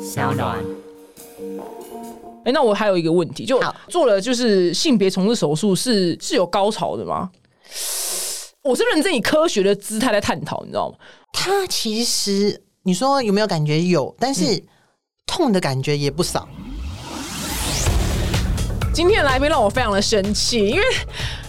小暖。哎、那我还有一个问题，就好做了就是性别重置手术是是有高潮的吗？我是认真以科学的姿态来探讨，你知道吗？它其实你说有没有感觉有，但是、嗯痛的感觉也不少。今天的来宾让我非常的生气，因为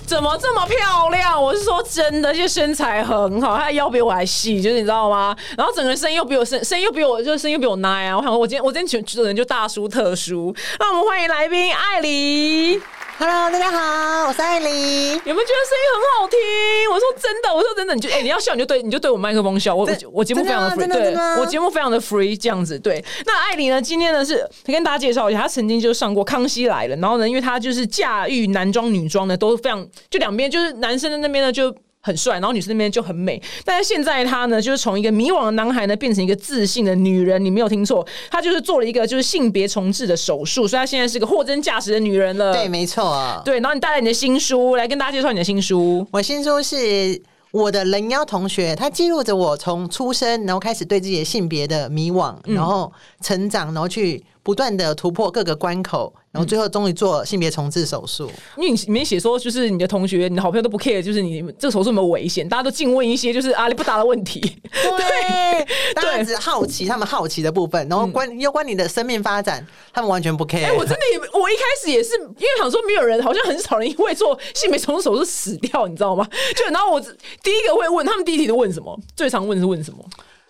怎么这么漂亮？我是说真的，这身材很好，她的腰比我还细，就是你知道吗？然后整个声音又比我声声音又比我就是声音又比我 nice 啊！我想说我今天我今天整整个人就大叔特叔。那我们欢迎来宾艾琳。 Hello，大家好，我是艾 琳。有没有觉得声音很好听？我说真的，我说真的，你 就哎、你要笑你就对，你就对我麦克风笑。我我真我节目非常的 free，真的吗真的对啊吗我节目非常的 free 这样子。对，那艾琳呢？今天呢是跟大家介绍一下，她曾经就上过《康熙来了》，然后呢，因为她就是驾驭男装女装呢都非常，就两边就是男生的那边呢就。很帅，然后女生那边就很美，但是现在她呢，就是从一个迷惘的男孩呢，变成一个自信的女人。你没有听错，她就是做了一个就是性别重置的手术，所以她现在是个货真价实的女人了。对，没错啊。对，然后你带来你的新书，来跟大家介绍你的新书。我先说是我的人妖同学，他记录着我从出生，然后开始对自己的性别的迷惘，嗯然后成长，然后去不断的突破各个关嗯口，然后最后终于做性别重置手术。因为你里面写说，就是你的同学、你的好朋友都不 care，就是你这个手术有没有危险，大家都敬问一些就是 阿里不达的问题。对，当然对嗯只好奇他们好奇的部分，然后关攸关你的生命发展，他们完全不 care。哎、我真的也，我一开始也是，因为想说没有人，好像很少人因为做性别重手术死掉，你知道吗？ 就然后我只第一个会问他们第一题都问什么，最常问是问什么？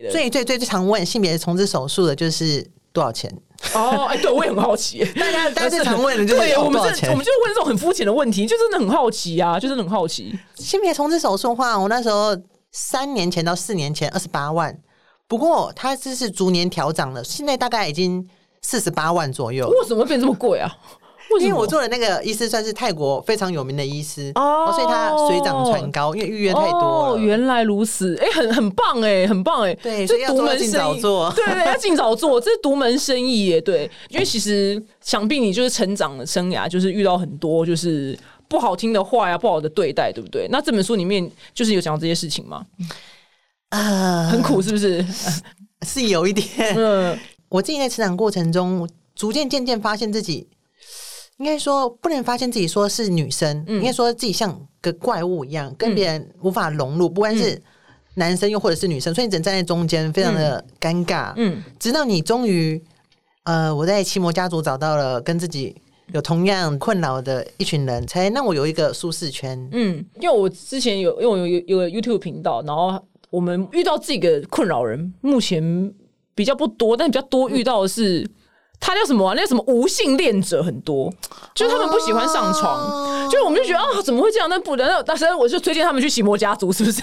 最最最最常问性别重置手术的就是多少钱？哦，哎、对我也很好 奇。大家大家最常问的就是对，哦我们多少这钱我们就问这种很肤浅的问题，就真的很好奇啊，就真的很好奇。性别重置手术的话，我那时候三年前到四年前二十八万，不过它这是逐年调涨了，现在大概已经四十八万左右。为什么会变这么贵啊？为什因为么？我做的那个医师算是泰国非常有名的医师，哦所以他水涨船高，因为预约太多了。哦，原来如此，哎、很很棒哎、很棒哎、对所以这要独做门到尽生早意，做 对对，要尽早做，这是独门生意耶、对，因为其实想必你就是成长的生涯，就是遇到很多就是不好听的话呀、不好的对待，对不对？那这本书里面就是有讲到这些事情吗？啊、很苦是不 是？是有一点。嗯，我自己在成长过程中，我逐渐渐渐发现自己，应该说不能发现自己说是女生，嗯应该说自己像个怪物一样，跟别人无法融入，不管嗯是男生又或者是女生，所以你只能站在中间，非常的尴尬。嗯嗯，直到你终于，呃，我在奇摩家族找到了跟自己。有同样困扰的一群人，才让我有一个舒适圈。嗯，因为我之前有，因为我有有有个 YouTube 频道，然后我们遇到这个困扰人，目前比较不多，但比较多遇到的是。他叫什么啊、那叫什么无性恋者很多，就是他们不喜欢上床，哦就是我们就觉得啊，怎么会这样？那不能，那当时我就推荐他们去奇摩家族，是不 是？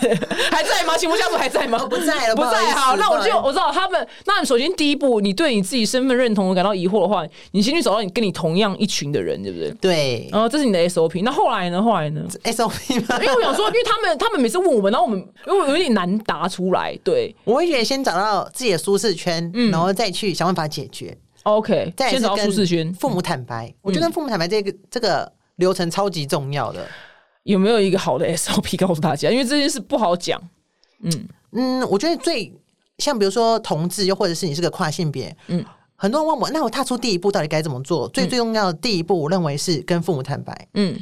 还在吗？奇摩家族还在吗？哦不在了不不好在。意思好，那我不就好意思我知道他们。那首先第一步，你对你自己身份认同感到疑惑的话，你先去找到你跟你同样一群的人，对不对？哦对然后这是你的 SOP。那后来呢？后来呢？ ，SOP 吗？因为我想说，因为他们他们每次问我们，然后我们因为我有点难答出来。对我会觉得先找到自己的舒适圈，嗯然后再去想办法解决。 ，OK，再来先是找到跟舒适圈，嗯父母坦白，我觉得跟父母坦白这个这个流程超级重要的。有没有一个好的 SOP 告诉大家？因为这件事不好讲。嗯，我觉得最像比如说同志，又或者是你是个跨性别，嗯，很多人问我，那我踏出第一步到底该怎么做？最最重要的第一步，我认为是跟父母坦白，嗯，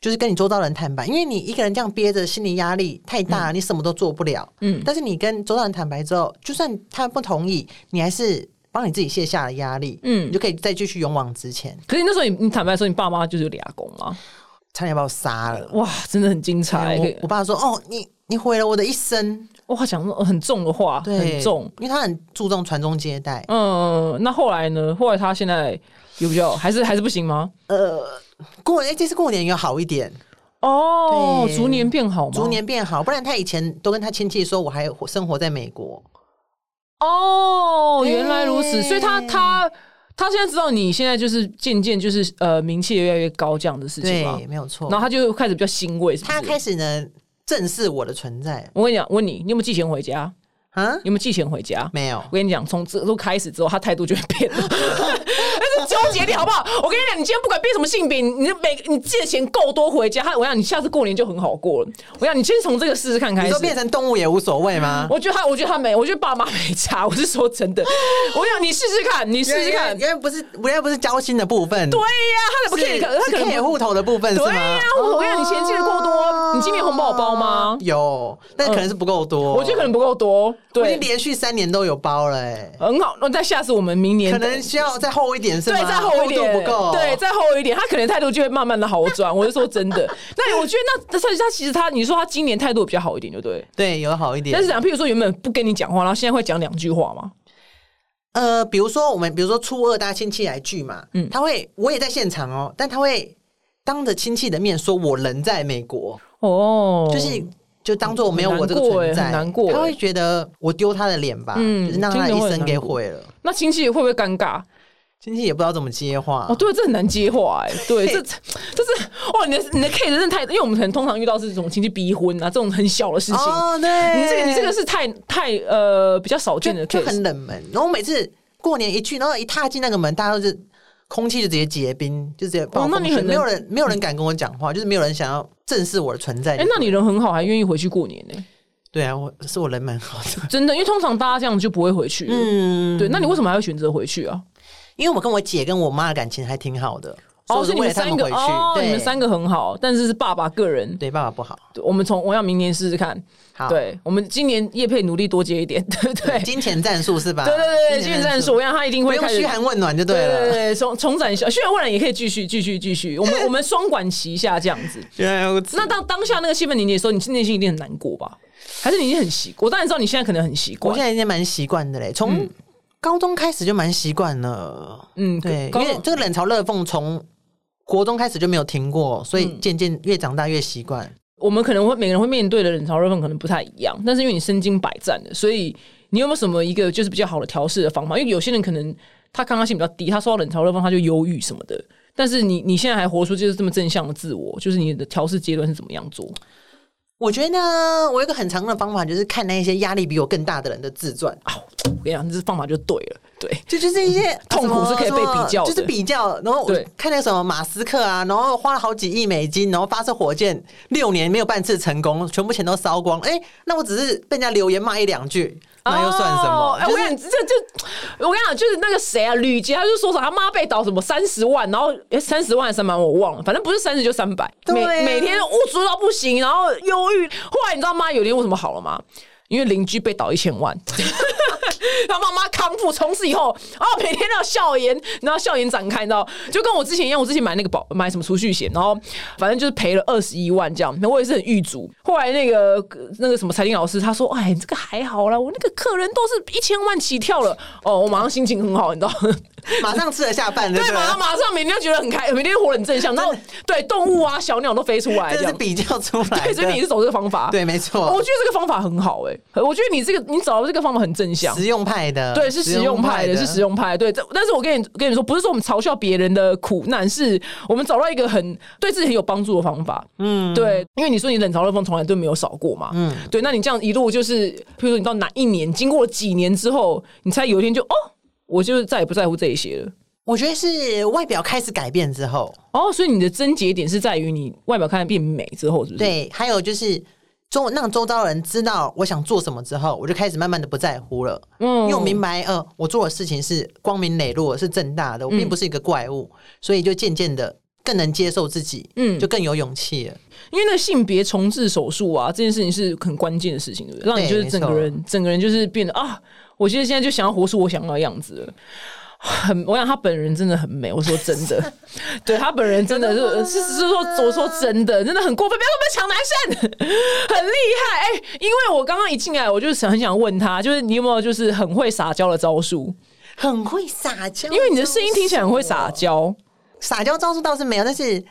就是跟你周遭人坦白，因为你一个人这样憋着，心理压力太大，你什么都做不了。嗯嗯，但是你跟周遭人坦白之后，就算他不同意，你还是帮你自己卸下了压力，嗯嗯，你就可以再继续勇往直前，可是那时候你你坦白说，你爸妈就是有俩公嘛？差点把我杀了。哇，真的很精彩。可以我我爸说：“哦，你你毁了我的一生。哇，讲说很重的话，”对，很重。，因为他很注重传宗接代。嗯，那后来呢？后来他现在有比较，还是还是不行吗？呃，过哎、这次过年有好一点，哦，对逐年变好吗？逐年变好，不然他以前都跟他亲戚说我还活生活在美国。哦，原来如此，对所以他他他现在知道你现在就是渐渐就是呃名气也越来越高这样的事情对吗？，没有错然。后他就开始比较欣慰，是不他是？开始呢正视我的存在我跟你讲，问你，你有没有寄钱回家？啊你，有没有寄钱回家？没有 我跟你讲，从这都开始之后，他态度就会变了。但是纠结点，好不好？我跟你讲，你今天不管变什么性别，你每你借钱够多回家，他我想你下次过年就很好过了。我想你先从这个试试看开你始说。变成动物也无所谓吗？我觉得他，我觉得他没，我觉得爸妈没差。我是说真的，我想你试试看， 你试试看。因为因为不是，原来不是交心的部分，对呀，他怎么可以？是，他可是能 care 户头的部分是哦对啊吗呀？，我跟你讲，你钱借的够多，你今年红包有包吗？有，但可能是不够多。我觉得可能不够多，我已对经，连续三年都有包了、欸，很好。那再下次我们明年可能需要再厚一点，是吗？对，再厚一点厚度不够，对，再厚一点，他可能态度就会慢慢的好转。我是说真 的，那我觉得那所以他其实他，你说他今年态度比较好一点，就对。对有好一点。但是讲，譬如说原本不跟你讲话，然后现在会讲两句话嘛？呃，比如说我们，比如说初二大家亲戚来聚嘛，嗯，他会，我也在现场哦，但他会当着亲戚的面说我人在美国，哦，就是就当做没有我这个存在，很难过欸很难过欸他会觉得我丢他的脸吧，嗯就是让他听一着会很生给难过毁了。那亲戚会不会尴尬？亲戚也不知道怎么接话，哦，对，这很难接话哎、 对，这嘿这是哇，你的你的 case 真的太，因为我们可能通常遇到是这种亲戚逼婚啊，这种很小的事情。哦，对，你这个你这个是太太呃比较少见就的就 case，很冷门。然后每次过年一去，然后一踏进那个门，大家都是空气就直接结冰，就直接哦暴风那你雪很能没有人没有人敢跟我讲话，就是没有人想要正视我的存在。哎、那你人很好，还愿意回去过年呢、对啊，我是我人蛮好的。真的，因为通常大家这样就不会回去。嗯，嗯，对，那你为什么还会选择回去啊？因为我跟我姐跟我妈的感情还挺好的，所以哦，我是是你们为了他三们个回去。哦，对，你们三个很好，但是是爸爸个人。对爸爸不好，对我们从我要明年试试看。好，对，我们今年叶配努力多接一点，对不对？对金钱战术是 吧？对对对，基本战术，我让他一定不会用开始嘘寒问暖就对对对了。对，重重展一下，虽然未来也可以继续继续继续，我们我们双管齐下这样子。原来如此那当当下那个气氛凝结的时候，你内心一定很难过吧？还是你已经很习惯？我当然知道你现在可能很习我惯现，在已经蛮习惯的嘞，从高中开始就蛮习惯了。嗯，对，因高为这个冷嘲热讽从国中开始就没有停过，所嗯以渐渐越长大越习惯。我们可能会每个人会面对的冷嘲热讽可能不太一样，但是因为你身经百战的，所以你有没有什么一个就是比较好的调试的方法？因为有些人可能他抗压性比较低，他受到冷嘲热讽他就忧郁什么的。但是你你现在还活出就是这么正向的自我，就是你的调试阶段是怎么样做？我觉得我有一个很常用的方法，就是看那一些压力比我更大的人的自传，啊，我跟你讲，这方法就对了，对，就就是一些痛苦是可以被比较的嗯什么就是比较。然后我对看那个什么马斯克啊，然后花了好几亿美金，然后发射火箭六年没有半次成功，全部钱都烧光。哎，那我只是被人家留言骂一两句，那又算什哦么？哎、就我是跟你讲，这这，我跟你讲，就是那个谁啊，吕杰，他就说啥，他妈被倒什么三十万，然后三十、30万还是三百万，我忘了，反正不是三十就三百、对每啊每天无助到不行，然后忧郁。后来你知道妈有一天为什么好了吗？因为邻居被倒一千万。 然后妈妈康复，从此以后，哦，每天都要笑颜，然后笑颜展开，你知道，就跟我之前一样，我之前买那个保买什么储蓄险，然后反正就是赔了二十一万这样，我也是很郁卒。后来那个那个什么财经老师他说，哎，这个还好啦，我那个客人都是一千万起跳了，哦，我马上心情很好，你知道。 马上吃了下饭，对对，不马上对？马上每天就觉得很开，每天活得很正向，然后对动物啊、小鸟都飞出来这这是样，比较出来对，所以你的，是走这个方法，对，没错。我觉得这个方法很好哎、我觉得你这个你找的这个方法很正向，实用派的，对，是实用派的，是实用派。对，这但是我跟你跟你说，不是说我们嘲笑别人的苦难，是我们找到一个很对自己很有帮助的方法。嗯，对，因为你说你冷嘲热讽从来都没有少过嘛。嗯，对，那你这样一路就是，譬如说你到哪一年，经过了几年之后，你才有一天就哦，我就再也不在乎这一些了。我觉得是外表开始改变之后，哦，所以你的症结点是在于你外表看起来变美之后，是不是？，对，还有就是周让周遭人知道我想做什么之后，我就开始慢慢的不在乎了，嗯因为我明白，呃，我做的事情是光明磊落，是正大的，我嗯并不是一个怪物，所以就渐渐的更能接受自己，嗯嗯，就更有勇气了。因为那个性别重置手术啊，这件事情是很关键的事情，对不对？让你对就是没整个错人，整个人就是变得啊，我觉得现在就想要活出我想要的样子了。很，我想她本人真的很美。我说真 的，对她本人真的是是是说，我说真的，真的很过分，不要跟我们抢男生， 很厉害。哎、因为我刚刚一进来，我就是很想问她，就是你有没有就是很会撒娇的招数？很会撒娇，因为你的声音听起来很会撒娇撒娇招数倒是没有，但是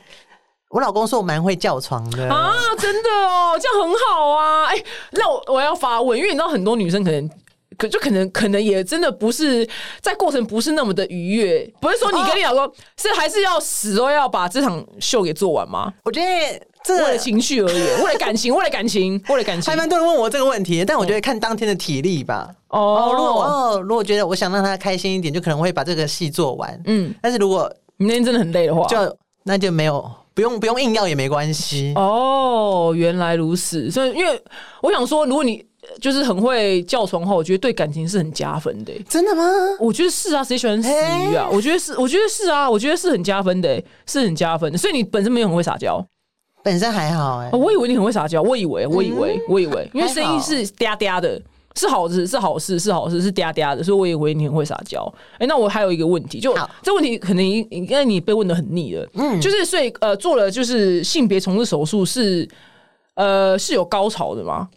我老公说我蛮会叫床的，啊，真的哦，这样很好啊。哎、那我我要发问，因为你知道很多女生可能。可就可能可能也真的不是在过程不是那么的愉悦，不是说你跟你老公、是还是要死都要把这场秀给做完 吗？我觉得这为了个情绪而言，为了感情，为了感情，为了感情还。蛮多人问我这个问题，但我觉得看当天的体力吧。哦哦，如果哦，如果觉得我想让他开心一点，就可能会把这个戏做完。嗯嗯，但是如果你那天真的很累的话，就那就没有，不用不用硬要也没关系。哦，原来如此。所以，因为我想说，如果你呃就是很会叫床后，我觉得对感情是很加分的欸、真的吗？我觉得是啊，谁喜欢死鱼啊？我觉得是，我觉得是啊，我觉得是很加分的欸、是很加分的。所以你本身没有很会撒娇、本身还好哎、哦我以为你很会撒娇，我以为，我以为，我以为，因为声嗯还音好是嗲嗲的，是好事，是好事，是好事，是嗲嗲的，所以我以为你很会撒娇。哎、那我还有一个问题，就好这问题可能已应该你被问的很腻了，嗯，就是所以呃，做了就是性别重置手术是呃是有高潮的吗？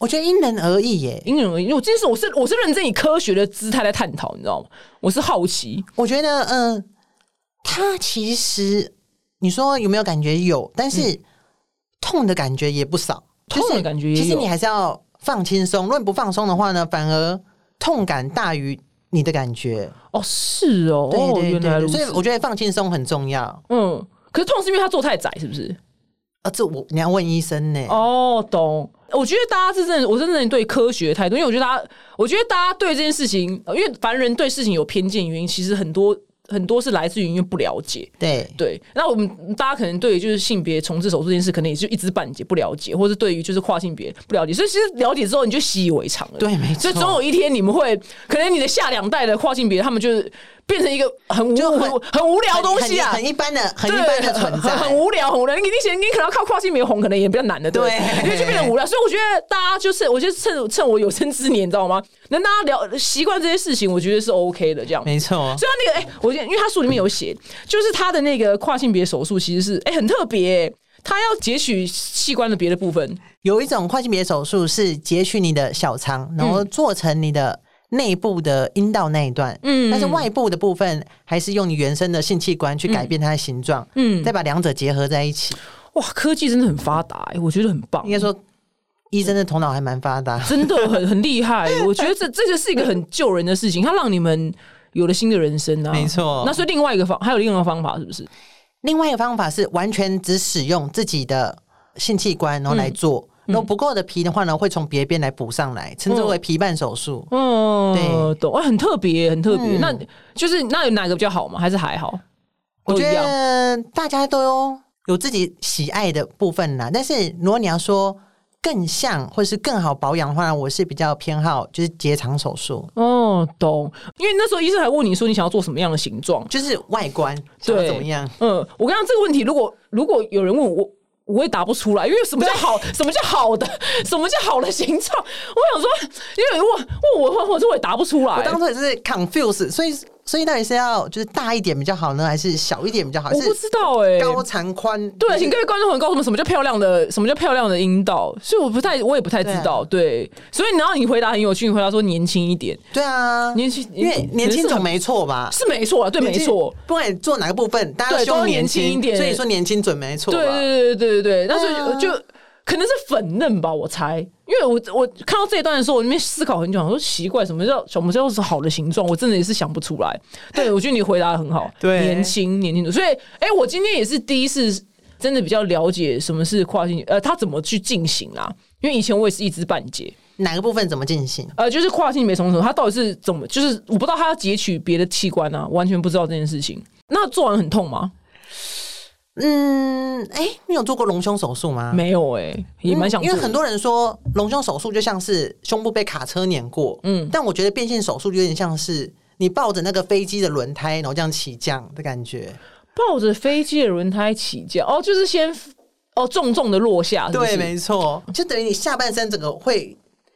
我觉得因人而异耶、因人而异。因为我这件事我是我是认真以科学的姿态来探讨，你知道吗？我是好奇，我觉得，嗯、他其实你说有没有感觉有，但是、痛的感觉也不少，就是嗯痛的感觉也有其实你还是要放轻松，如果你不放松的话呢，反而痛感大于你的感觉。哦，是哦，对哦，对原来对如对，所以此。我觉得放轻松很重要。嗯，可是痛是因为他做太窄，是不是？啊，这我你要问医生呢、哦，懂。我觉得大家是真的，我真的对科学的态度，因为我觉得大家，我觉得大家对这件事情，呃因为凡人对事情有偏见，原因其实很多很多是来自于因为不了解。对，对，那我们大家可能对于就是性别重置手术这件事，可能也就一知半解，不了解，或是对于就是跨性别不了解，所以其实了解之后你就习以为常了。对没错所以总有一天你们会，可能你的下两代的跨性别，他们就是变成一个很无就很很很无聊的东西啊，很很一般的，很对，一般的存在很， 很无聊，很无聊。你你你可能要靠跨性别红，可能也比较难的，对不对因为就变得无聊。所以我觉得大家就是，我觉得趁趁我有生之年，你知道吗？能大家聊习惯这些事情，我觉得是 OK 的。这样，没错。所以他那个，哎、我觉得因为他书里面有写，就是他的那个跨性别手术其实是，哎、很特别、他要截取器官的别的部分，有一种跨性别手术是截取你的小肠，然后做成你的内部的阴道那一段，嗯嗯，但是外部的部分还是用你原生的性器官去改变它的形状，嗯嗯，再把两者结合在一起。哇，科技真的很发达、哎，我觉得很棒应。该说，医生的头脑还蛮发 达。真的很很厉害，我觉得这这个是一个很救人的事情，它让你们有了新的人生啊，没错那所以另外一个方还有另外一个方法是不是？另外一个方法是完全只使用自己的性器官，然后来做。如果不够的皮的话呢，会从别边来补上来，称之为皮瓣手术。嗯，对懂，哎，很特别，很特别。嗯那就是那有哪个比较好吗？还是还好？我都一觉样。得大家都有有自己喜爱的部分啦，但是如果你要说更像或是更好保养的话，我是比较偏好就是结肠手术，哦，懂。因为那时候医生还问你说你想要做什么样的形状？就是外观想对，要怎么样？？嗯，我刚刚这个问题，如果如果有人问我我。我也答不出来，因为什么叫好？什么叫好的？ 什么叫好的形状？我想说，因为如果问我的话，我就我也答不出来。我当初也是 confuse，所以所以到底是要就是大一点比较好呢，还是小一点比较好？我不是知道哎、高长宽？对，啊请各位观众朋友告诉我们什么叫漂亮的，什么叫漂亮的阴道？所以我不太，我也不太啊知道。对，所以然后你回答很有趣，你回答说年轻一点，对啊，年轻因为年轻总是没错吧？是没错啊，对，没年轻错。，不管你做哪个部分，大家对都希望都年年轻轻一点所以说年轻准没错吧。对对对对对对，但是啊就可能是粉嫩吧，我猜。因为我我看到这一段的时候，我那边思考很久，我说奇怪，什么叫什么叫是好的形状？我真的也是想不出 来。对，我觉得你回答的很好，对年轻年轻的，所以哎、我今天也是第一次真的比较了解什么是跨性，呃，它怎么去进行啊？因为以前我也是一知半解，哪个部分怎么进行？呃，就是跨性别重组，它到底是怎么？就是我不知道它要截取别的器官啊，完全不知道这件事情。那做完很痛吗？嗯，哎、你有做过隆胸手术吗？嗯没有哎、也蛮想啊因做的、为很多人说隆胸手术就像是胸部被卡车碾过，嗯，但我觉得变性手术就有点像是你抱着那个飞机的轮胎，然后这样起降的感觉。抱着飞机的轮胎起降，哦，就是先哦重重的落下，是不是对，没错，就等于你下半身整个会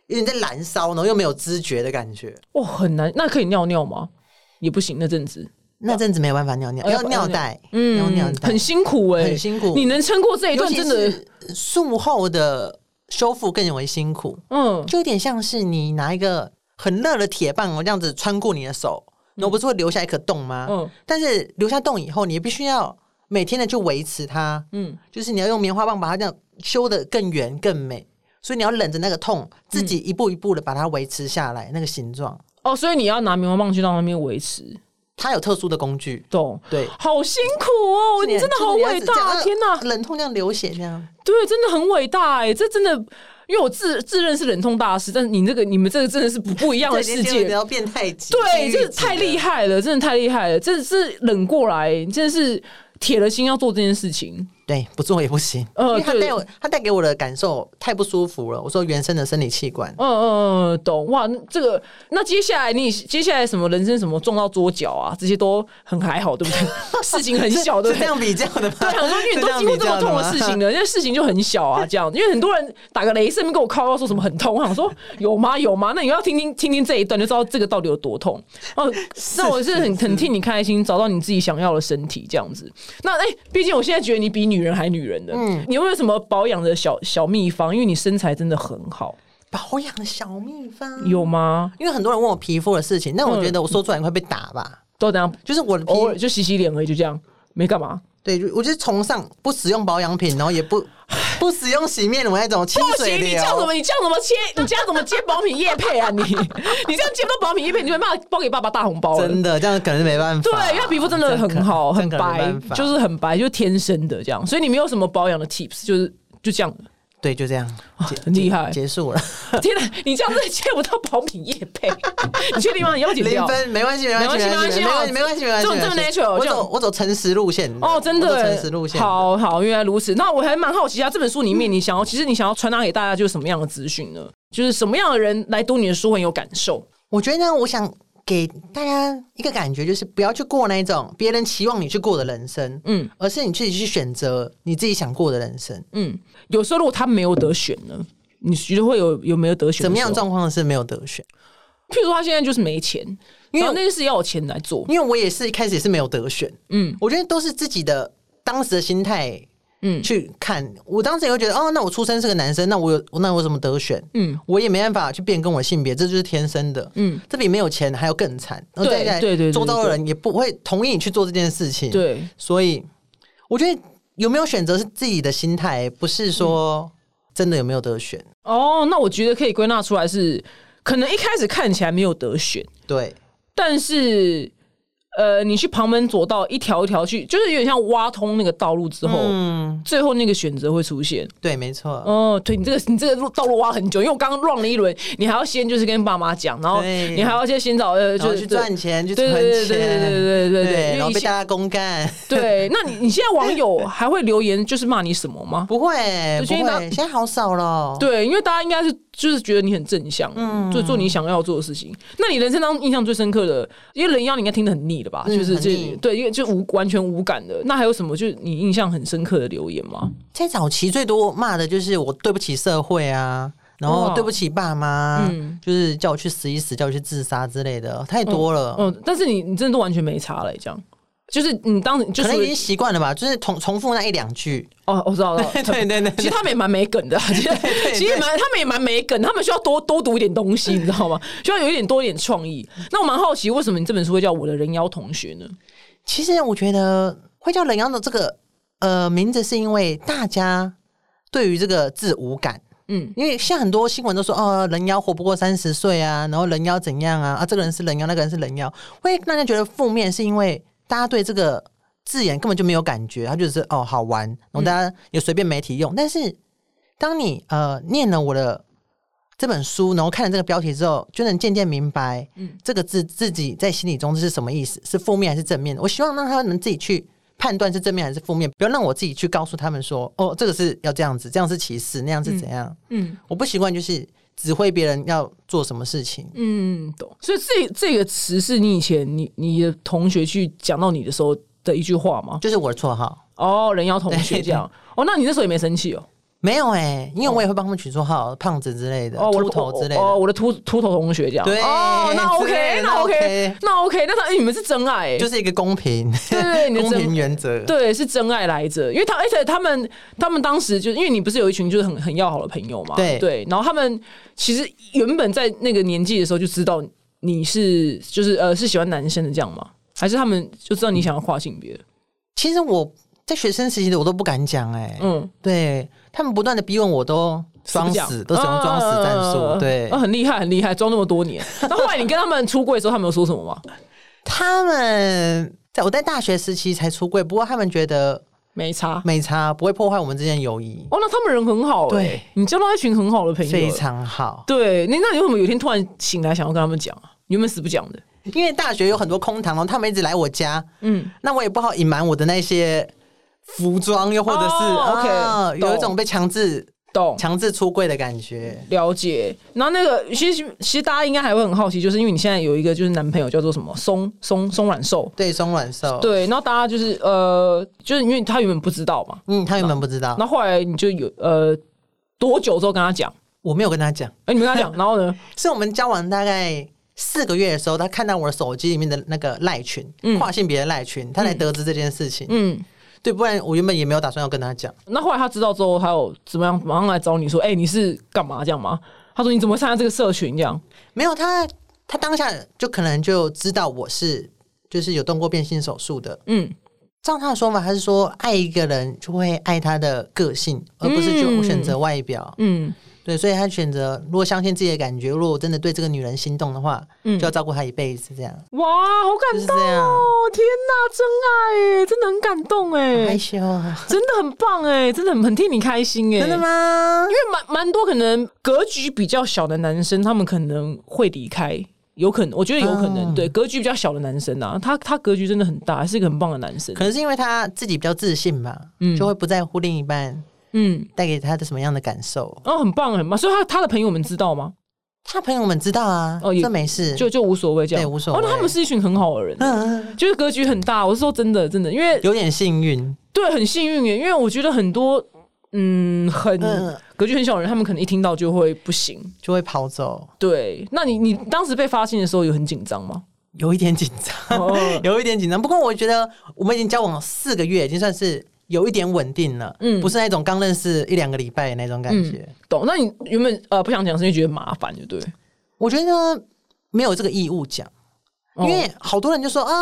有点在燃烧，然后又没有知觉的感觉。哇、很难。那可以尿尿吗？也不行，那阵子，那阵子没有办法尿哎尿，要尿袋，嗯，要尿袋很，辛苦哎、很辛苦你能撑过这一尤段，其真的，是术后的修复更为辛苦。嗯，就有点像是你拿一个很热的铁棒哦，这样子穿过你的手，然后不是会留下一颗洞吗？嗯嗯，但是留下洞以后，你必须要每天的去维持它，嗯嗯，就是你要用棉花棒把它这样修得更圆更美，所以你要忍着那个痛，自嗯己一步一步的把它维持下来那个形状。哦，所以你要拿棉花棒去让它面维持，它有特殊的工具，懂？对。好辛苦哦，你真的好伟就是你大！要呃这样天哪，忍痛这样流血这样，对，真的很伟大哎、这真的，因为我自自认是忍痛大师，但是你这个你们这个真的是不不一 样的世界不，要变太急，对，这太厉害。害了，真的太厉害了，这是冷过来，真的是铁了心要做这件事情。对，不做也不行。因呃，为他对，带嗯我，他带给我的感受太不舒服了。我说原生的生理器官，嗯嗯，懂哇。那这个，那接下来你接下来什么人生什么撞到桌角啊，这些都很还好，对不对？事情很小，对是不这对？样比较的吗？我想说，因 为你都经过这么痛的事情了，了，这事情就很小啊，这样。因为很多人打个雷声跟我靠腰说什么很痛，我想说有吗有吗？那你要听听听听这一段，就知道这个到底有多痛。哦，那我是很很替你开心，找到你自己想要的身体这样子。那哎，毕、竟我现在觉得你比女人还女人的，你有没有什么保养的小小秘方？因为你身材真的很好， 保养的小秘方。有吗？因为很多人问我皮肤的事情，但我觉得我说出来你会被打吧。都等下就是我的皮，偶尔就洗洗脸而已，就这样，没干嘛。对，就我就是崇尚不使用保养品，然后也不不使用洗面乳那种清不水行，你流这。样怎么？你这样怎么切？你这样怎么接保品叶配啊？你你这样接不到保品叶配，你会骂包给爸爸大红包了真的，这样可能没办法。对，因为皮肤真的很好，这很样可能这白样可能没办，法就是很白，就是天生的这样。所以你没有什么保养的 tips，就是就这样。对，就这样，结很厉害结束了，天哪，你这样真的接不到保品叶配，你确定吗？你要剪零掉？分没关系，没关系，没没关关系系，没没关关系系，没关系，这种没关系这么 natural，我这样走，我走诚实路线。哦，真我走的诚耶，实路线。，好好，原来如此。那我还蛮好奇啊，这本书里面你想要，其实你想要传达给大家就是什么样的资讯呢？就是什么样的人来读你的书很有感受？我觉得呢，我想给大家一个感觉，就是不要去过那种别人期望你去过的人生，嗯而是你自己去选择你自己想过的人生。嗯，有时候如果他没有得选呢，你觉得会有有没有得选？怎么样的？状况是没有得选？譬如说他现在就是没钱，因为然后那件事要有钱来做。因为我也是一开始也是没有得选，嗯我觉得都是自己的当时的心态嗯去看。我当时也会觉得，哦，那我出生是个男生，那我有那我有什么得选？嗯，我也没办法去变更我性别，这就是天生的。嗯嗯，这比没有钱还要更惨。然后对再来对对对周遭的人也不会同意你去做这件事情。，对，所以我觉得有没有选择是自己的心态，不是嗯说真的有没有得选。哦，那我觉得可以归纳出来是，可能一开始看起来没有得选，对，但是呃，你去旁门左道一条一条去，就是有点像挖通那个道路之后，嗯，最后那个选择会出现。对，没错。哦，对你这个你这个路道路挖很久，因为我刚刚乱了一轮，你还要先就是跟爸妈讲，然后对你还要先先找呃，然就后是去赚钱，去对存对钱，对对对对对对，然因后为以被前大家公干。 对，那你你现在网友还会留言就是骂你什么吗？不会，就不觉得大会，现在好少了。对，因为大家应该是就是觉得你很正向，嗯就做你想要做的事情。那你人生当中印象最深刻的，因为人妖你应该听得很腻了吧？嗯就是很这腻对，因为就无完全无感的。那还有什么就是你印象很深刻的留言吗？在早期最多骂的就是我对不起社会啊，然哇后对不起爸妈，嗯就是叫我去死一死，叫我去自杀之类的，太多了。嗯，但是你你真的都完全没差了，这样。就是你当时就可能已是经习惯了吧，就是重重复那一两 句。哦，我知道了。 对对对对其实他们也蛮没梗的啊，其实其实蛮他们也蛮没梗，他们需要多多读一点东西，你知道吗？需要有一点多一点创意。那我蛮好奇，为什么你这本书会叫《我的人妖同学》呢？其实我觉得会叫冷阳的这个呃名字，是因为大家对于这个字无感。嗯，因为现在很多新闻都说，哦，人妖活不过三十岁啊，然后人妖怎样啊，啊，这个人是人妖，那个人是人妖，会让人家觉得负面，是因为大家对这个字眼根本就没有感觉，他就只是哦好玩，然后大嗯家也随便媒体用。但是当你呃念了我的这本书，然后看了这个标题之后，就能渐渐明白，嗯这个字自己在心里中是什么意思，是负面还是正面的。我希望让他们自己去判断是正面还是负面，不要让我自己去告诉他们说，哦，这个是要这样子，这样是歧视，那样是怎样。嗯我不习惯就是指挥别人要做什么事情。嗯，懂。所以这这个词是你以前你你的同学去讲到你的时候的一句话吗？就是我的绰号，哦，人妖同学这样。哦，那你那时候也没生气哦？没有哎、因为我也会帮他们取绰号，胖子之类的，哦，我秃的头之类的。哦，我的秃秃头同学这样。对哦，那之 OK，类的那那 OK， OK 那 OK，那他哎你们是真爱欸，就是一个公平，对对，对你的公真平原则。对，是真爱来着，因为他而且他们他们当时就因为你不是有一群就是很很要好的朋友嘛，对然后他们其实原本在那个年纪的时候就知道你是就是呃是喜欢男生的这样吗？还是他们就知道你想要跨性别？其实我在学生时期的我都不敢讲哎、嗯，对他们不断的逼问我都装死，都使用装死战术。啊对啊，很厉害，很厉害，装那么多年。 那后来你跟他们出柜的时候，他们有说什么吗？他们在我在大学时期才出柜，不过他们觉得没差。美差不会破坏我们之间的友谊，哦，那他们人很好、欸，对，你交到一群很好的朋友，非。常好。对，你那你为什么有一天突然醒来想要跟他们讲啊？你有没有死不讲的？ 因为大学有很多空堂，然后哦他们一直来我家，嗯，那我也不好隐瞒我的那些服装，又或者是、哦，OK，啊有一懂种被强制懂。强制出柜的感觉。了解，然后那个其实其实大家应该还会很好奇，就是因为你现在有一个就是男朋友叫做什么松松松软兽，对，松软瘦，，对，然后大家就是呃，就是因为他原本不知道嘛，嗯，他原本不知道，然后后来你就有呃多久之后跟他讲？我没有跟他讲，哎、你没跟 他讲，然后呢？是我们交往大概四个月的时候，他看到我的手机里面的那个赖群，跨性别的赖群，他才得知这件事情。嗯，对，不然我原本也没有打算要跟他讲。那后来他知道之后，他有怎么样马上来找你说，哎、你是干嘛这样吗？他说你怎么会参加这个社群这样？没有他，他当下就可能就知道我是就是有动过变性手术的。嗯，照他的说法，他是说爱一个人就会爱他的个性，而不是就选择外表。嗯，对，所以他选择如果相信自己的感觉，如果我真的对这个女人心动的话，嗯就要照顾她一辈子，这样哇，好就是感动这样哦！天哪，真爱耶，真的很感动害哎，羞啊？真的很棒哎，真的很很替你开心哎，真的？吗因？为蛮蛮多可能格局比较小的男生，他们可能会离开。有可能，我觉得有可能，嗯对格局比较小的男生啊，他他格局真的很大，是一个很棒的男生可。能是因为他自己比较自信吧，嗯就会不在乎另一半嗯，带给他的什么样的感受。哦，很棒，很棒。所以他他的朋友们知道吗？他朋友们知道啊，哦也这没事，就就无所谓这样，对无所谓哦，那他们是一群很好的人，嗯，嗯就是格局很大。我是说真的，真的，因为有点幸运，对很幸运耶，因为我觉得很多嗯很嗯格局很小的人，他们可能一听到就会不行。就会跑走，对，那你你当时被发现的时候有很紧张 吗？有一点紧张，哦 有一点紧张。不过我觉得我们已经交往四个月，已经算是有一点稳定了，嗯不是那种刚认识一两个礼拜的那种感觉。懂？那你原本呃不想讲，是因为觉得麻烦，就对了。我觉得没有这个义务讲，因哦为好多人就说啊，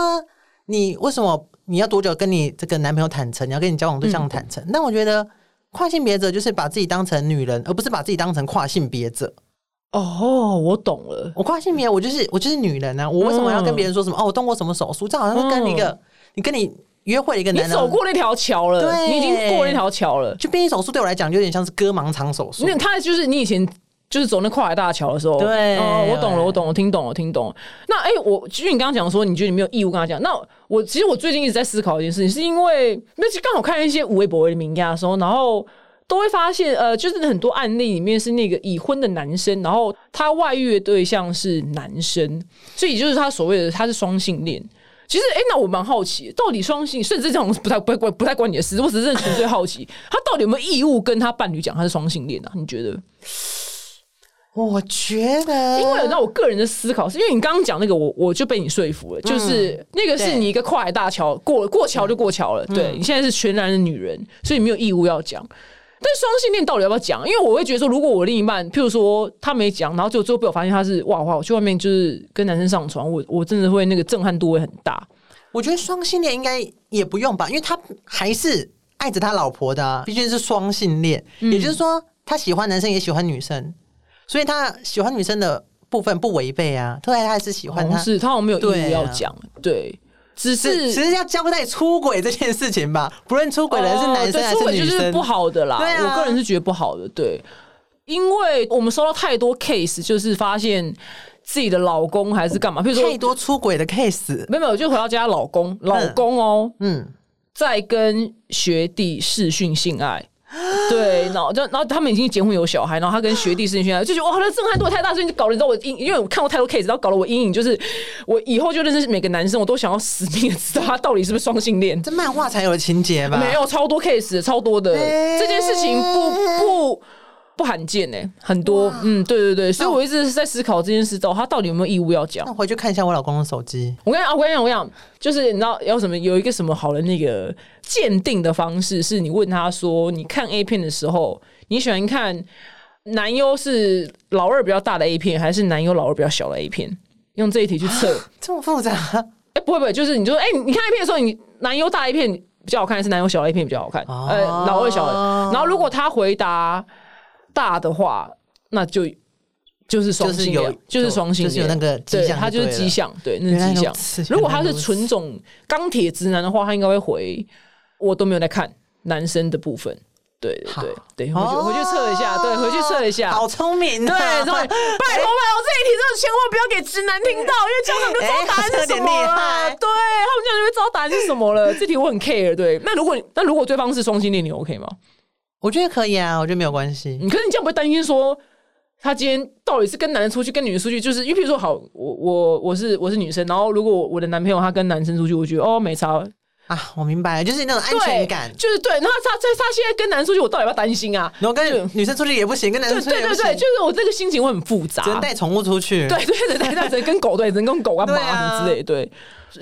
你为什么你要多久跟你这个男朋友坦诚，你要跟你交往对象坦嗯诚？但我觉得跨性别者就是把自己当成女人，而不是把自己当成跨性别者。哦，我懂了。我跨性别，我就是我就是女人啊，我为什么要嗯跟别人说什么、哦，我动过什么手术？这好像是跟一个、你跟你约会的一个哦你男人，走过那条桥了，对你已经过那条桥了。就变异手术对我来讲有点像是割盲肠手术。那他就是你以前就是走那跨海大桥的时候，对哦，我懂了，对我懂，我听懂，我听懂。那哎、我其实你刚刚讲说，你觉得你没有义务跟他讲。那我其实我最近一直在思考一件事情，是因为因为刚好看一些微博的名家的时候，然后。都会发现，呃，就是很多案例里面是那个已婚的男生，然后他外遇的对象是男生，所以也就是他所谓的他是双性恋。其实，哎、那我蛮好奇，到底双性，甚至这种不太不太关不太关你的事，我只是真的纯粹好奇，他到底有没有义务跟他伴侣讲他是双性恋啊？你觉得？我觉得，因为有让我个人的思考是，因为你刚刚讲那个，我我就被你说服了，就是那个是嗯对嗯你一个跨海大桥过过桥就过桥了，对你现在是全然的女人，所以你没有义务要讲。但双性恋到底要不要讲？因为我会觉得说，如果我另一半，譬如说他没讲，然后就最后被我发现他是哇哇，我去外面就是跟男生上床，我我真的会那个震撼度会很大。我觉得双性恋应该也不用吧，因为他还是爱着他老婆的、啊，毕竟是双性恋，嗯也就是说他喜欢男生也喜欢女生，所以他喜欢女生的部分不违背啊，对，他还是喜好欢像他，是他好像没有义务对啊要讲，对，只只是只是要交代出轨这件事情吧，不论出轨的人是男生哦对还出是轨女就是生，不好的啦。对啊我个人是觉得不好的，对，因为我们收到太多 case，就是发现自己的老公还是干嘛，比如说太多出轨的 case，没有没有，就回到家，老公老公哦，嗯，在跟学弟视讯性爱。 对，然后就然后他们已经结婚有小孩，然后他跟学弟视讯性爱，就觉得哇，那震撼度太大，所以就搞得你知道我阴，因为我看过太多 case，然后搞得我阴影就是我以后就认识每个男生，我都想要死命地知道他到底是不是双性恋。这漫画才有的情节吧？没有超多 case，的超多的、欸这件事情不不不罕见哎、很多嗯，对对对，所以我一直在思考这件事，到底他到底有没有义务要讲那？回去看一下我老公的手机，我跟你讲，啊我跟你讲，我跟你讲，就是你知道有什么有一个什么好的那个鉴定的方式，是你问他说，你看 A 片的时候，你喜欢看男优是老二比较大的 A 片，还是男优老二比较小的 A 片？用这一题去测。这么复杂，啊呃哎、不会不会，就是你就说，哎、你看 A 片的时候，你男优大 A 片比较好看，还是男友小 A 片比较好看？哦呃，老二小 A。然后如果他回答大的话，那就就是双性就是恋有，就是双性恋，就是有那个迹对，象他就就对是迹了象，对，那原来是迹如象此。如果原来他是如纯种钢铁直男的话，他应该会回我都没有在看男生的部分。对对好对对，回去回去测一下，对，回去测一下。哦好聪明、对，对，拜啊，托拜托，这一题真的千万不要给直男听到，因为这样他们就知道答案是什么了。哎这有点厉害对他们这样就会知道答案是什么了。这题我很 care。对，那如果那如果对方是双性恋，你 OK 吗？我觉得可以啊，我觉得没有关系。你可是你这样不会担心说他今天到底是跟男人出去跟女人出去？就是因为比如说，好，我我我是我是女生，然后如果我的男朋友他跟男生出去，我觉得哦没差，啊，我明白了，就是那种安对全感。就是对。那他他他他现在跟男生出去，我到底要不要担心啊？然后跟女生出去也不行，跟男对生出去对也不对行，对，就是我这个心情会很复杂，只能带宠物出去。对对对对，那只能跟狗对，只能跟狗干嘛对啊什么之类的。对，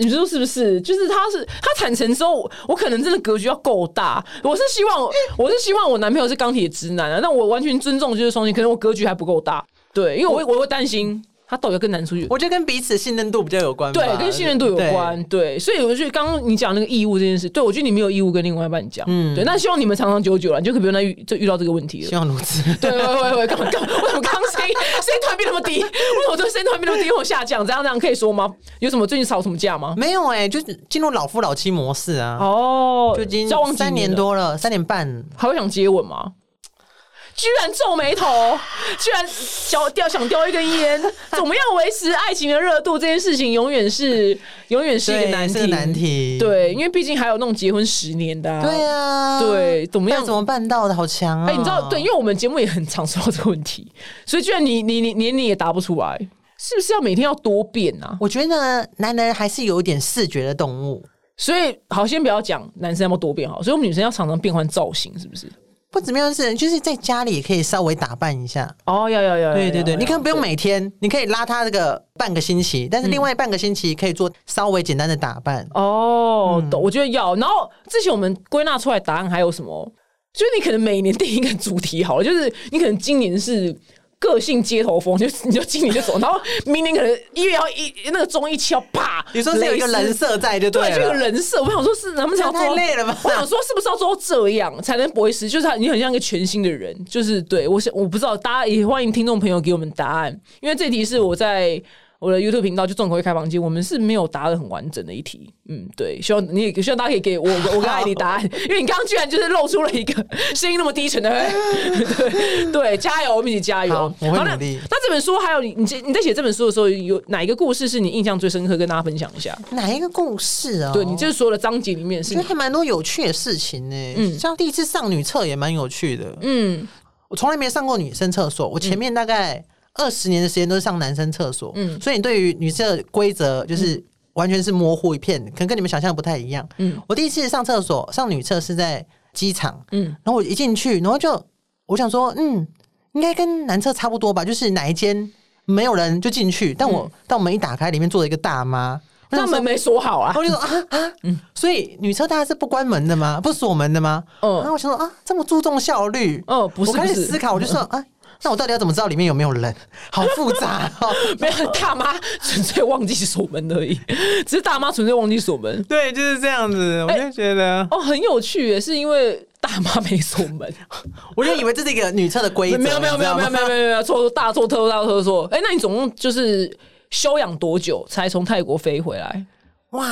你说是不是？就是他是他坦诚之后，我我可能真的格局要够大。我是希望我我是希望我男朋友是钢铁直男啊，但我完全尊重就是双性，可能我格局还不够大。对，因为我会我会担心他到底要跟男出去。我觉得跟彼此信任度比较有关吧，对，跟信任度有关。对，所以我觉得刚刚你讲那个义务这件事，对我觉得你没有义务跟另外一半讲。嗯，对，那希望你们长长久久了，你就可以不用再遇就遇到这个问题了对。希望如此。对，喂喂喂，干嘛干嘛？为什么刚刚声音声音突然变那么低？为什么这个声音突然变那么低？我下降，这样这样可以说吗？有什么最近吵什么架吗？没有哎、就是进入老夫老妻模式啊，哦，就已经交往几三年了，多了，三年半。还会想接吻吗？居然皱眉头，居然想叼想叼一根烟，怎么样维持爱情的热度？这件事情永远是永远是一个对难是题，个难题对，因为毕竟还有那种结婚十年的、啊，对啊，对怎么样但怎么办到的？好强啊！哎、你知道，对，因为我们节目也很常说到这个问题， 所以居然你你你连你也答不出来，是不是要每天要多变啊？我觉得男人还是有一点视觉的动物，所以好，先不要讲男生要不要多变好，所以我们女生要常常变换造型，是不是？不怎么样是，就是在家里也可以稍微打扮一下。哦，要要要，对对哎对，你可能看不用每天，你可以拉他这个半个星期，但是另外半个星期可以做稍微简单的打扮。哦，懂，我觉得要。然后之前我们归纳出来答案还有什么？就是你可能每年定一个主题好了，就是你可能今年是。个性街头风，就你就今年就走，然后明年可能一月要一那个中一期要啪，你说是有一个蕾丝人设在就对，了，就有人设。我想说是，咱们想这啊样太累了吧我想说是不是要做到这样才能不会失？就是他，你很像一个全新的人。就是对我想，我不知道，大家也欢迎听众朋友给我们答案，因为这题是我在。我的 YouTube 频道就重口味开房间，我们是没有答的很完整的一题，嗯，对，希望你也希望大家可以给我我跟艾迪 答案，因为你刚刚居然就是露出了一个声音那么低沉的，对对，加油，我们一起加油，好我会好那努力那这本书还有你你这你在写这本书的时候，有哪一个故事是你印象最深刻，跟大家分享一下？哪一个故事啊？对你就是所有的章节里面我是觉得还蛮多有趣的事情呢、像第一次上女厕也蛮有趣的。嗯我从来没上过女生厕所，我前面大概二十年的时间都是上男生厕所，嗯，所以你对于女厕规则就是完全是模糊一片，可能跟你们想象不太一样。嗯嗯，我第一次上厕所上女厕是在机场，嗯然后我一进去，然后就我想说，嗯，应该跟男厕差不多吧，就是哪一间没有人就进去，但我、但我门一打开，里面坐了一个大妈，嗯我那想说门没锁好啊然后，我就说啊啊，所以女车大家是不关门的吗？不锁门的吗？嗯然后我想说啊，这么注重效率，嗯不是我开不始是思考，我就 说啊，那我到底要怎么知道里面有没有人？好复杂 哦。没有大妈纯粹忘记锁门而已，只是大妈纯粹忘记锁门。对，就是这样子，我就觉得，哦，很有趣耶，是因为大妈没锁门，我就以为这是一个女厕的规 则，没有没有你知没有道没有吗没有没有没有错大错特错大错特错。哎、那你总共就是休养多久才从泰国飞回来？哇，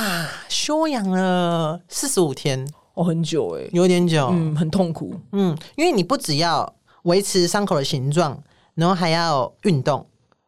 休养了四十五天，哦，很久哎，有点久，嗯，很痛苦。嗯，因为你不只要维持伤口的形状，然后还要运动。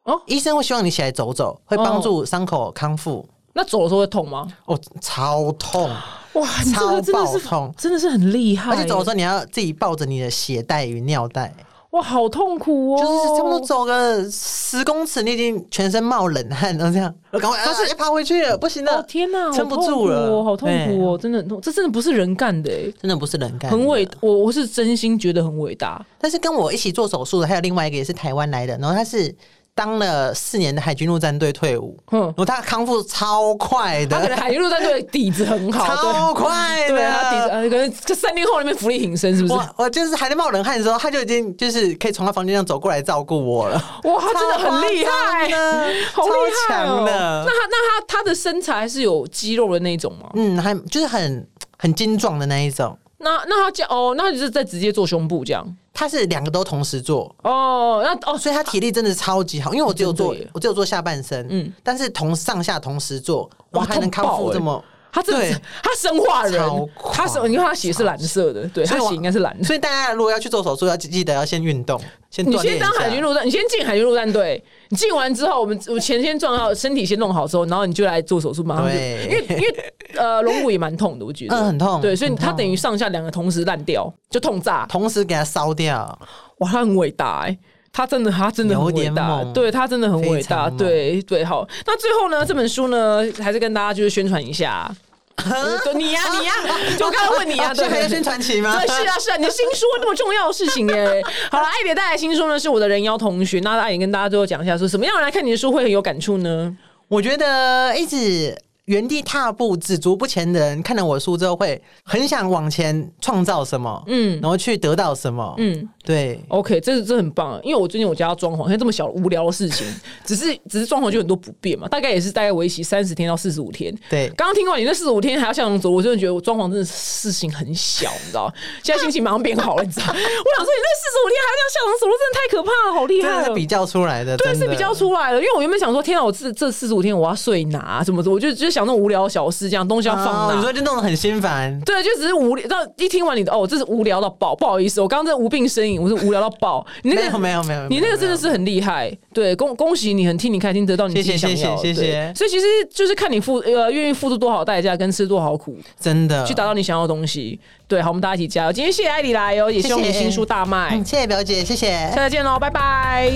哦哦，医生会希望你起来走走，会帮助伤口康复。那走的时候会痛吗？哦，超痛！哇，你这个真的超爆是痛真的是很厉害耶，而且走的时候你要自己抱着你的鞋带与尿袋，哇，好痛苦哦，就是差不多走个十公尺，你已经全身冒冷汗，然后这样，赶快，但是要爬回去了，不行哦了，天哪，撑不住了，好痛苦哦，好痛苦哦，真的很痛，这真的不是人干的、欸，对，真的不是人干，很伟，我我是真心觉得很伟大。但是跟我一起做手术的还有另外一个也是台湾来的，然后他是当了四年的海军陆战队退伍，嗯然后他康复超快 他可的，能海军陆战队的底子很好，超快对，对他底子，的。呃，可能这三天后那边福利挺深，是不是？我我就是还在冒冷汗的时候，他就已经就是可以从他房间上走过来照顾我了，哇，他哦真的很厉害超 好夸张，的厉超害哦强！的。那他那他他的身材是有肌肉的那种吗？嗯，还就是很很精壮的那一种。那那他这样哦，那他就是在直接做胸部这样他是两个都同时做，哦，那哦，所以他体力真的超级好，因为我只有做真的耶我只有做下半身，嗯嗯，但是同上下同时做，哇欸我还能康复这么，他真的是对他生化人超，狂他是你看他血是蓝色的，对所他以我血应该是蓝色。所以大家如果要去做手术，要记记得要先运动，先你锻炼先一下当海军陆战，你先进海军陆战队，你进完之后，我们我前先撞好，身体先弄好之后，然后你就来做手术，马上就，对因为 因为呃龙骨也蛮痛的，我觉得，嗯很痛对，所以很痛他等于上下两个同时烂掉，就痛炸，同时给它烧啊掉，哇，他很伟大哎、他真的，他真的很伟有点大，猛对他真的很伟非大，常猛对对，好。那最后呢，这本书呢，还是跟大家就是宣传一 下，呃对你呀、你呀、 就我刚刚问你呀、啊对这还要宣传期吗？对，是啊，是啊，你的新书那么重要的事情耶、 好了，艾蝶带来新书呢，是我的人妖同学。那艾蝶跟大家最后讲一下，说什么样的人来看你的书会很有感触呢？我觉得一直原地踏步、只足不前的人，看了我书之后，会很想往前创造什么，嗯然后去得到什么，嗯嗯，对， OK，这是这很棒啊，因为我最近我家要装潢，像这么小无聊的事情，只是只是装潢就很多不便嘛，大概也是大概为期三十天到四十五天。对刚刚听完你那四十五天还要向阳走，我真的觉得我装潢真的事情很小，你知道？现在心情马上变好了，你 知道？我想说你那四十五天还要这样向阳走路，真的太可怕了，好厉真的害是哦！比较出来的，对，真的是比较。出来了，因为我原本想说，天啊，我这这四十五天我要睡哪啊什么的，我就就想那种无聊的小事，这样东西要放啊哪。你说就弄得很心烦，对，就只是无聊。到一听完你的哦，这是无聊到爆，不好意思，我刚刚真的无病呻吟，我是无聊到爆。你那没个有没有没有，你那个真的是。是很厉害，对，恭恭喜你，很替你开心，得到你自己谢谢想要的。谢谢对谢谢所以其实就是看你付呃愿意付出多少代价，跟吃多少苦，真的去达到你想要的东西。对，好，我们大家一起加油！今天谢谢艾莉来哦，也希望你嗯谢谢新书大卖。嗯，谢谢表姐，谢谢。下次见喽，拜拜。